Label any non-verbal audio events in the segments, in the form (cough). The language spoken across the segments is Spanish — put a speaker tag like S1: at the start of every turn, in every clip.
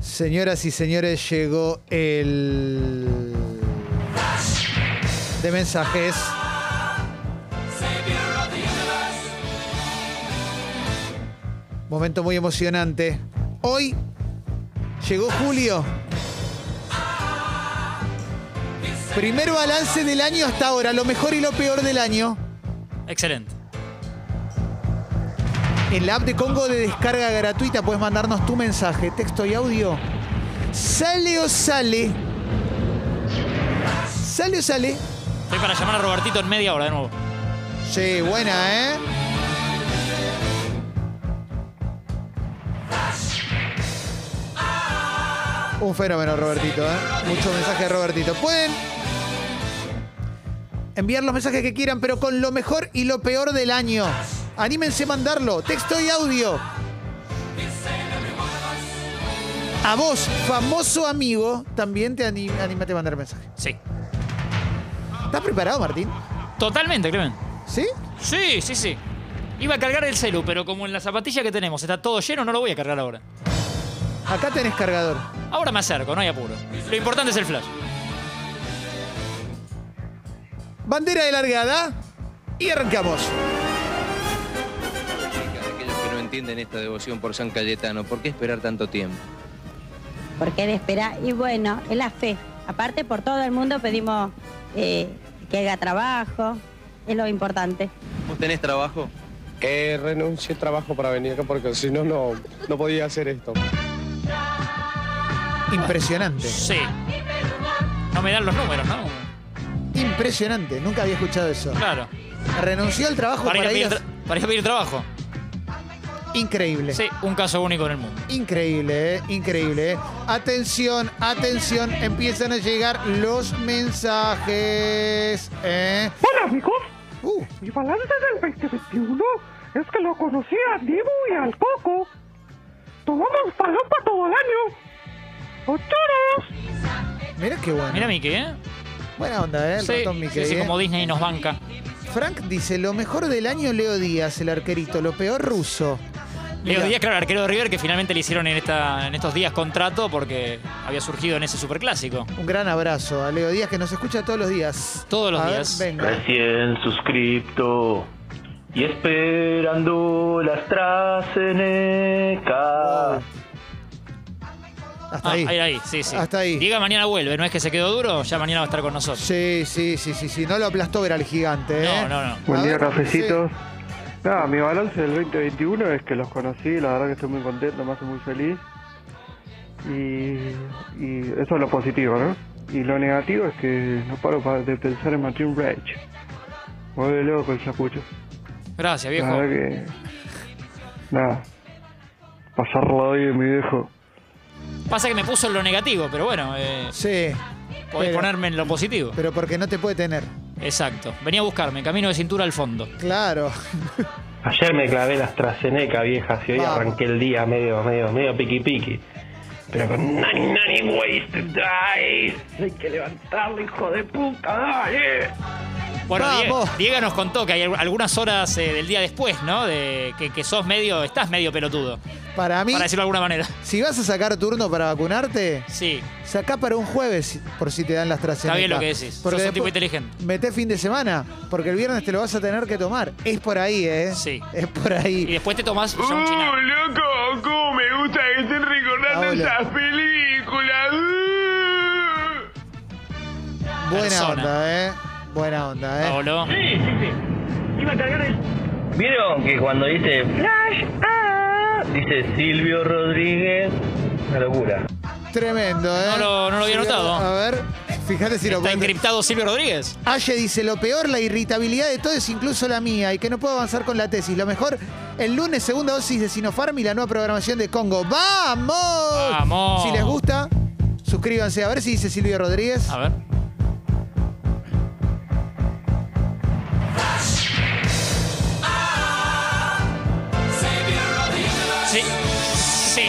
S1: Señoras y señores, llegó el de mensajes. Momento muy emocionante. Hoy llegó julio. Primer balance del año hasta ahora, lo mejor y lo peor del año.
S2: Excelente.
S1: En la app de Congo de descarga gratuita puedes mandarnos tu mensaje, texto y audio. Sale o sale. Sale o sale.
S2: Estoy para llamar a Robertito en media hora de nuevo.
S1: Sí, buena, ¿eh? Un fenómeno, Robertito, ¿eh? Muchos mensajes, Robertito. Pueden enviar los mensajes que quieran, pero con lo mejor y lo peor del año. Anímense a mandarlo, texto y audio. A vos, famoso amigo, también te anim- anímate a mandar mensaje.
S2: Sí.
S1: ¿Estás preparado, Martín?
S2: Totalmente, Clemen.
S1: ¿Sí?
S2: Sí, sí, sí. Iba a cargar el celu, pero como en la zapatilla que tenemos está todo lleno, no lo voy a cargar ahora.
S1: Acá tenés cargador.
S2: Ahora me acerco, no hay apuro. Lo importante es el flash.
S1: Bandera de largada y arrancamos.
S3: Aquellos que no entienden esta devoción por San Cayetano, ¿por qué esperar tanto tiempo?
S4: porque él espera, y bueno, es la fe. Aparte, por todo el mundo pedimos eh, que haga trabajo, es lo importante.
S3: ¿Vos tenés trabajo?
S5: Eh, renuncié al trabajo para venir acá porque si no, no, no podía hacer esto.
S1: Impresionante.
S2: Sí. No me dan los números, ¿no?
S1: Impresionante. Nunca había escuchado eso.
S2: Claro.
S1: Renunció al trabajo
S2: Para ir,
S1: para ir
S2: a pedir,
S1: a-
S2: tra- para ir a pedir trabajo.
S1: Increíble.
S2: Sí, un caso único en el mundo.
S1: Increíble, ¿eh? increíble. ¿eh? Atención, atención, empiezan a llegar los mensajes. ¿eh?
S6: Hola amigos,
S1: Uh,
S6: mi balance del 2021 es que lo conocí a Dibu y al Coco. Tomamos falopa todo el año. ¡Ochoros!
S1: mirá qué bueno.
S2: Mira, Miki, ¿eh?
S1: Buena onda, ¿eh? El
S2: sí,
S1: ratón Mickey,
S2: sí, sí,
S1: ¿eh?
S2: como Disney nos banca.
S1: Frank dice, lo mejor del año Leo Díaz, el arquerito, lo peor ruso.
S2: Leo
S1: Mirá.
S2: Díaz, claro, arquero de River, que finalmente le hicieron en, esta, en estos días contrato porque había surgido en ese superclásico.
S1: Un gran abrazo a Leo Díaz que nos escucha todos los días.
S2: Todos los
S1: A ver,
S2: días.
S1: venga.
S7: Recién suscripto y esperando la AstraZeneca.
S1: Hasta
S2: Ah,
S1: ahí.
S2: ahí, ahí, sí, sí.
S1: Hasta ahí.
S2: Diga mañana vuelve, no es que se quedó duro, ya mañana va a estar con nosotros.
S1: Sí, sí, sí, sí, sí. No lo aplastó ver al gigante, ¿eh?
S2: No, no, no.
S1: A
S8: Buen día,
S1: ver,
S8: cafecitos. Nada, mi balance del 2021 es que los conocí, la verdad que estoy muy contento, me hace muy feliz. Y, y eso es lo positivo, ¿no? Y lo negativo es que no paro pa- de pensar en Martin Reich. Vuelve loco el chapucho.
S2: Gracias,
S8: La
S2: viejo.
S8: verdad que. Nada. Pasarlo hoy, mi viejo.
S2: Pasa que me puso en lo negativo, pero bueno, eh,
S1: Sí.
S2: podés
S1: pero-
S2: ponerme en lo positivo.
S1: Pero porque no te puede tener.
S2: Exacto. Venía a buscarme, camino de cintura al fondo.
S1: Claro. (laughs)
S7: Ayer me clavé la AstraZeneca, vieja, si hoy
S1: Vamos.
S7: arranqué el día medio, medio, medio piqui piqui. Pero con nani nani ways to die. Hay que levantarlo, hijo de puta, dale.
S2: Bueno, Die- Diego,
S1: Vamos.
S2: nos contó que hay al- algunas horas eh, del día después, ¿no? De que, que sos medio, estás medio pelotudo,
S1: Para mí,
S2: para decirlo de alguna manera.
S1: si vas a sacar turno para vacunarte,
S2: Sí,
S1: sacá para un jueves por si te dan las AstraZeneca.
S2: Está bien lo que decís. Sos un tipo
S1: después
S2: inteligente.
S1: Meté fin de semana, porque el viernes te lo vas a tener que tomar. Es por ahí, ¿eh?
S2: Sí.
S1: Es por
S2: y
S1: ahí.
S2: después te tomás ya un chinado.
S5: ¡Uh, loco! ¡Cómo me gusta que estén recordando
S1: Paola. esas
S5: películas! ¡Uh!
S1: Buena
S2: persona.
S1: onda, ¿eh? Buena onda, ¿eh?
S2: Pablo.
S7: ¿Vieron que cuando dice Flash, ah, dice Silvio Rodríguez? Una locura.
S1: Tremendo, ¿eh?
S2: No lo- no lo había
S1: Sí,
S2: notado.
S1: A ver, fíjate si lo
S2: ¿Está
S1: pueden...
S2: encriptado Silvio Rodríguez?
S1: Aye dice, lo peor, la irritabilidad de todos, incluso la mía, y que no puedo avanzar con la tesis. Lo mejor, el lunes, segunda dosis de Sinopharm y la nueva programación de Congo. ¡Vamos!
S2: ¡Vamos!
S1: Si les gusta, suscríbanse. A ver si dice Silvio Rodríguez.
S2: A ver. Sí,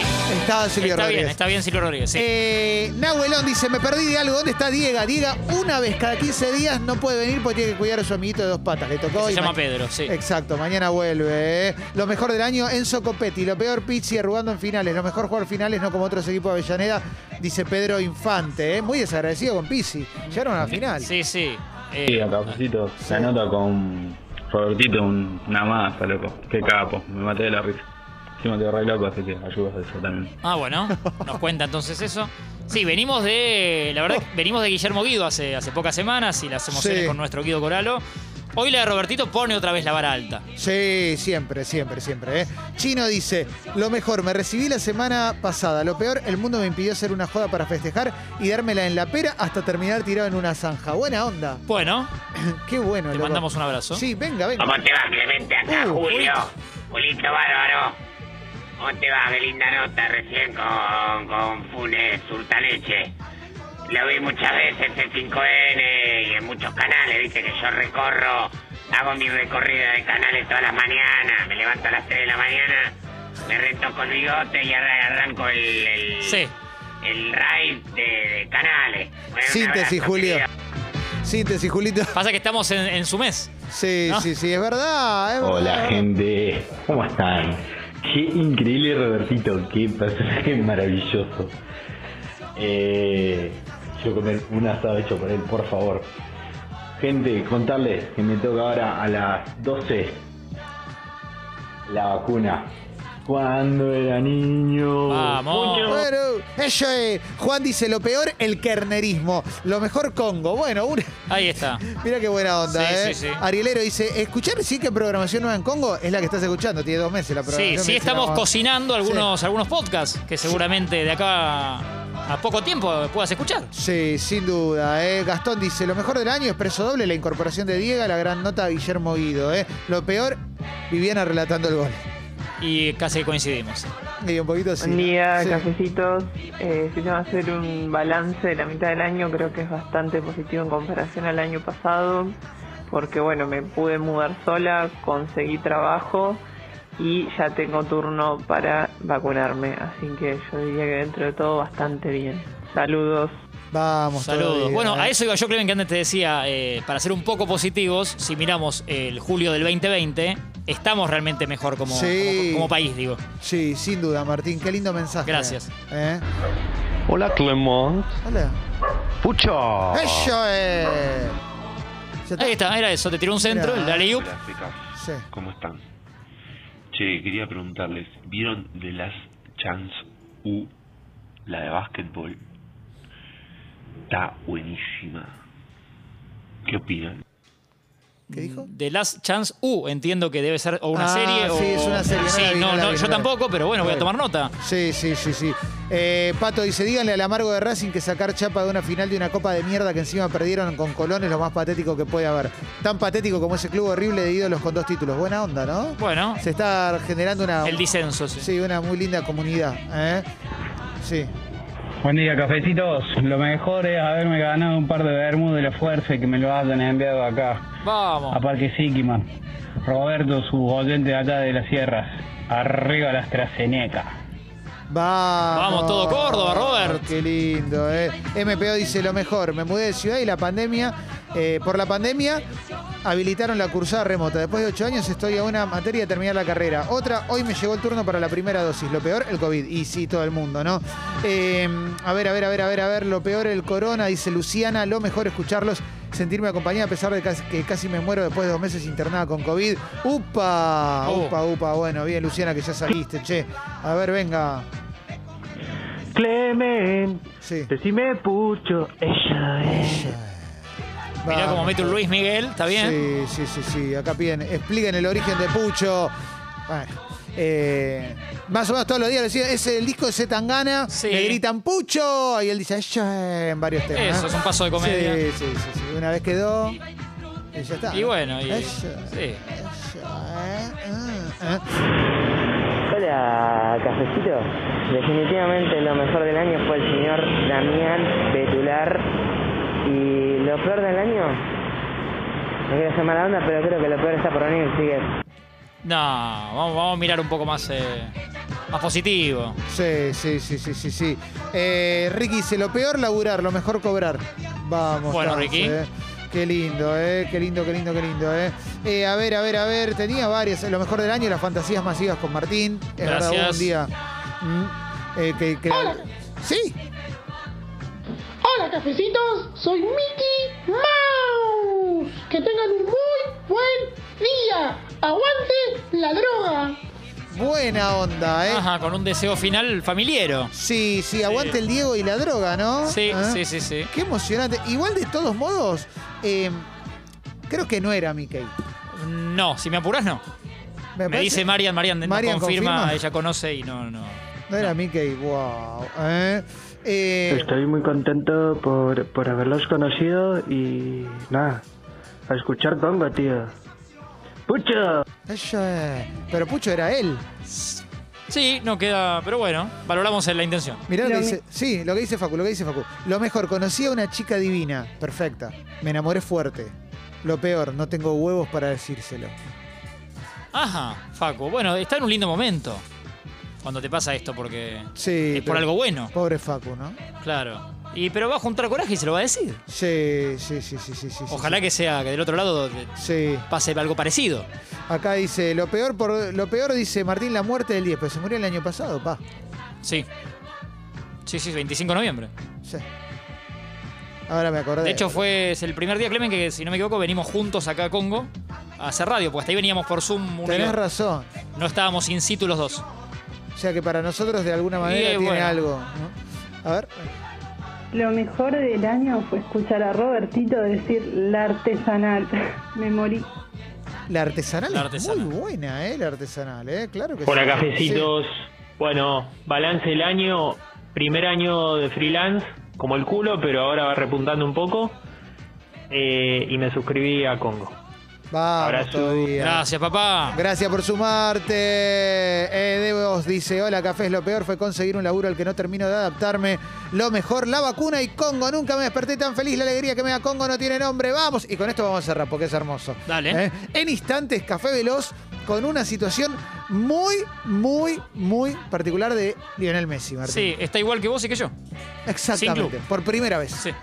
S2: sí.
S1: Estaba Silvio
S2: está bien,
S1: Rodríguez.
S2: está bien Silvio Rodríguez. sí.
S1: Eh, Nahuelón dice, me perdí de algo. ¿Dónde está Diega? Diega una vez cada 15 días no puede venir porque tiene que cuidar a su amiguito de dos patas. Le tocó.
S2: se
S1: y
S2: llama
S1: ma-
S2: Pedro, sí.
S1: Exacto, mañana vuelve. ¿eh? Lo mejor del año, Enzo Copetti. Lo peor, Pizzi arrugando en finales. Lo mejor jugar finales, no como otros equipos de Avellaneda, dice Pedro Infante. ¿eh? Muy desagradecido con Pizzi. Llegaron a la final.
S2: Sí, sí. Eh,
S7: Sí, a Cafecito. La nota con Robertito, un- una masa, loco. Qué capo. Me maté de la risa. Encima te re loco, así que ayudas a eso también.
S2: Ah,
S1: (laughs)
S2: bueno, nos cuenta entonces eso. Sí, venimos de. La verdad, que venimos de Guillermo Guido hace, hace pocas semanas y las emociones
S1: Oh. Sí.
S2: con nuestro Guido Coralo. Hoy la de Robertito pone otra vez la vara alta.
S1: Sí, siempre, siempre, siempre. ¿eh? Chino dice, lo mejor, me recibí la semana pasada. Lo peor, el mundo me impidió hacer una joda para festejar y dármela en la pera hasta terminar tirado en una zanja. Buena onda. (clears throat)
S2: Bueno,
S1: Qué bueno.
S2: te
S1: loco.
S2: mandamos un abrazo.
S1: Sí, venga, venga.
S9: ¿Cómo te va, Clemente, acá,
S1: Uh,
S9: Julio? Julito Bárbaro. ¿Cómo te va? Qué linda nota recién con, con Funes Hurtaleche. Lo vi muchas veces en 5N y en muchos canales, viste que yo recorro, hago mi recorrida de canales todas las mañanas, me levanto a las 3 de la mañana, me retoco el bigote y ahora arranco el, el,
S2: Sí.
S9: el raid de, de canales. Bueno, un
S1: Síntesis,
S9: abrazo,
S1: Julio.
S9: querido.
S1: Síntesis, Julito.
S2: Pasa que estamos en, en su mes.
S1: Sí,
S2: ¿No?
S1: sí, sí, es verdad. es
S7: Hola
S1: verdad.
S7: gente, ¿cómo están? Qué increíble Robertito, qué personaje maravilloso. Eh, quiero comer un asado hecho por él, por favor. Gente, contarles que me toca ahora a las 12 la vacuna. Cuando era niño.
S2: Vamos.
S1: Bueno, eso es. Juan dice lo peor, el kernerismo. Lo mejor, Congo. Bueno, una-
S2: Ahí está.
S1: mira qué buena onda,
S2: Sí,
S1: ¿eh?
S2: sí, sí.
S1: Arielero dice, escuchar sí que programación nueva en Congo es la que estás escuchando. Tiene dos meses la
S2: Sí,
S1: programación.
S2: sí
S1: Me
S2: estamos
S1: decía,
S2: cocinando algunos, algunos podcasts que seguramente de acá a poco tiempo puedas escuchar.
S1: Sí, sin duda. ¿eh? Gastón dice, lo mejor del año, expreso doble, la incorporación de Diego, la gran nota de Guillermo Guido. ¿eh? Lo peor, Viviana relatando el gol. (laughs)
S2: Y casi coincidimos.
S1: Y un poquito así.
S10: Buen día,
S1: Sí.
S10: cafecitos. Eh, si tengo que hacer un balance de la mitad del año, creo que es bastante positivo en comparación al año pasado, porque bueno, me pude mudar sola, conseguí trabajo y ya tengo turno para vacunarme. Así que yo diría que dentro de todo bastante bien. Saludos.
S1: Vamos.
S2: Saludos.
S1: todavía,
S2: Bueno,
S1: ¿eh?
S2: a eso iba yo, Clemen, que antes te decía, eh, para ser un poco positivos, si miramos el julio del 2020, estamos realmente mejor como,
S1: Sí.
S2: como, como país, digo.
S1: Sí, sin duda, Martín. Qué lindo mensaje.
S2: Gracias.
S1: ¿Eh?
S5: Hola, Clement.
S1: Hola.
S5: Pucho.
S1: ¡Eso es! Ya está.
S2: Ahí está, era eso, te tiró un centro,
S1: Mirá.
S2: la ley
S1: Sí.
S7: ¿Cómo están? Che, quería preguntarles, ¿vieron de las Chance U, la de básquetbol? Está buenísima. ¿Qué opinan?
S1: ¿Qué dijo?
S2: The Last Chance U, entiendo que debe ser o una
S1: Ah,
S2: serie o...
S1: sí, es una serie, no
S2: Sí,
S1: la vi,
S2: no,
S1: no la
S2: no,
S1: vi,
S2: yo
S1: no la vi.
S2: tampoco, pero bueno, voy a
S1: Bueno.
S2: tomar nota.
S1: Sí, sí, sí, sí. Eh, Pato dice, díganle al amargo de Racing que sacar chapa de una final de una copa de mierda que encima perdieron con Colón es lo más patético que puede haber. Tan patético como ese club horrible de ídolos con dos títulos. Buena onda, ¿no?
S2: Bueno,
S1: Se está generando una...
S2: el disenso, sí.
S1: Sí, una muy linda comunidad. ¿eh? Sí.
S7: Buen día, cafecitos. Lo mejor es haberme ganado un par de vermú de la fuerza y que me lo hayan enviado acá,
S2: Vamos.
S7: a Parque Sikiman. Roberto, su oyente de acá de las sierras. Arriba la AstraZeneca.
S1: Vamos.
S2: Vamos, todo Córdoba, Robert.
S1: Qué lindo, ¿eh? MPO dice lo mejor. Me mudé de ciudad y la pandemia, eh, por la pandemia, habilitaron la cursada remota. Después de ocho años estoy a una materia de terminar la carrera. Otra, hoy me llegó el turno para la primera dosis. Lo peor, el COVID. Y sí, todo el mundo, ¿no? Eh, a ver, a ver, a ver, a ver, a ver. Lo peor, el corona, dice Luciana. Lo mejor, escucharlos. Sentirme acompañada a pesar de cas- que casi me muero después de dos meses internada con COVID. ¡Upa!
S2: Oh.
S1: ¡Upa, upa! Bueno, bien, Luciana, que ya saliste, che. A ver, venga.
S10: Clemen,
S1: Sí.
S10: decime pucho, ella es.
S2: Mirá cómo mete un Luis Miguel, ¿está bien?
S1: Sí, sí, sí, sí. Acá piden, expliquen el origen de Pucho. Bueno, eh, más o menos todos los días decía, es el disco de Zetangana,
S2: Sí.
S1: le gritan Pucho y él dice, "Ay, ya", en varios temas.
S2: Eso,
S1: ¿eh?
S2: es un paso de comedia.
S1: Sí, sí, sí, sí. Una vez quedó. Y ya está.
S2: Y bueno, y-
S1: Ay, ya,
S2: sí.
S1: ay, ya, eh, eh.
S10: Hola, cafecito. Definitivamente lo mejor del año fue el señor Damián Betular. Y lo peor del año, no quiero hacer mala onda, pero creo que lo peor está por venir, sigue.
S2: No, vamos, vamos a mirar un poco más, eh, más Más positivo.
S1: Sí, sí, sí, sí, sí, sí. Eh, Ricky dice, lo peor laburar, lo mejor cobrar. Vamos.
S2: Bueno,
S1: Taz,
S2: Ricky.
S1: eh. Qué lindo, eh. Qué lindo, qué lindo, qué lindo, eh. Eh, A ver, a ver, a ver. Tenía varias. eh, Lo mejor del año, las fantasías masivas con Martín. Es verdad,
S2: Gracias.
S1: hubo un día. mm, eh, que, que- Sí.
S11: Hola cafecitos, soy Mickey Mouse. Que tengan un muy buen día. Aguante la droga.
S1: Buena onda, ¿eh?
S2: Ajá, con un deseo final familiero.
S1: Sí, sí, aguante el Diego y la droga, ¿no?
S2: Sí,
S1: ¿Eh?
S2: sí, sí, sí.
S1: Qué emocionante. Igual de todos modos, eh, creo que no era Mickey.
S2: No, si me apurás, no. Me,
S1: parece-
S2: dice Marian, Marian, no
S1: Marian
S2: confirma,
S1: confirma.
S2: ella conoce y no, no.
S1: No era Mickey, wow. ¿eh? Eh,
S12: Estoy muy contento por, por haberlos conocido y nada, a escuchar Congo, tío. ¡Pucho!
S1: eso es. Pero Pucho era él.
S2: Sí, no queda, pero bueno, valoramos la intención.
S1: Mirá lo que dice. Sí, lo que dice Facu, lo que dice Facu. Lo mejor, conocí a una chica divina, perfecta. Me enamoré fuerte. Lo peor, no tengo huevos para decírselo.
S2: Ajá, Facu. Bueno, está en un lindo momento cuando te pasa esto porque
S1: Sí.
S2: es por
S1: pero-
S2: algo bueno,
S1: Pobre Facu, ¿no?
S2: claro. Y pero va a juntar coraje y se lo va a decir.
S1: Sí, sí, sí, sí, sí. sí
S2: Ojalá
S1: sí.
S2: que sea que del otro lado de-
S1: Sí.
S2: pase algo parecido.
S1: Acá dice, lo peor, por, lo peor dice Martín, la muerte del 10, pero se murió el año pasado, pa.
S2: Sí. Sí, sí, 25 de noviembre.
S1: Sí. Ahora me acordé.
S2: De hecho, fue es el primer día, Clemen, que si no me equivoco, venimos juntos acá a Congo a hacer radio, porque hasta ahí veníamos por Zoom. uno y
S1: Tenés
S2: otro.
S1: razón.
S2: No estábamos in situ los dos.
S1: O sea que para nosotros de alguna manera
S2: Y, eh,
S1: tiene
S2: bueno.
S1: algo. ¿no? A ver.
S13: Lo mejor del año fue escuchar a Robertito decir la artesanal. (laughs) Me morí.
S1: La artesanal,
S13: La
S1: es muy buena, ¿eh? La artesanal, ¿eh? Claro que
S14: Hola
S1: sí.
S14: cafecitos. Bueno, balance del año, primer año de freelance, como el culo, pero ahora va repuntando un poco. Eh, y me suscribí a Congo.
S1: Sí. Vamos
S14: Abrazo.
S1: todavía.
S2: Gracias, papá.
S1: Gracias por sumarte. Eh, Devos dice, hola cafés, lo peor fue conseguir un laburo al que no termino de adaptarme. Lo mejor, la vacuna y Congo. Nunca me desperté tan feliz. La alegría que me da Congo no tiene nombre. Vamos. Y con esto vamos a cerrar porque es hermoso.
S2: Dale.
S1: Eh, En instantes, Café Veloz con una situación muy, muy, muy particular de Lionel Messi, Martín.
S2: Sí, está igual que vos y que yo.
S1: Exactamente.
S2: club.
S1: Por primera vez.
S2: Sí.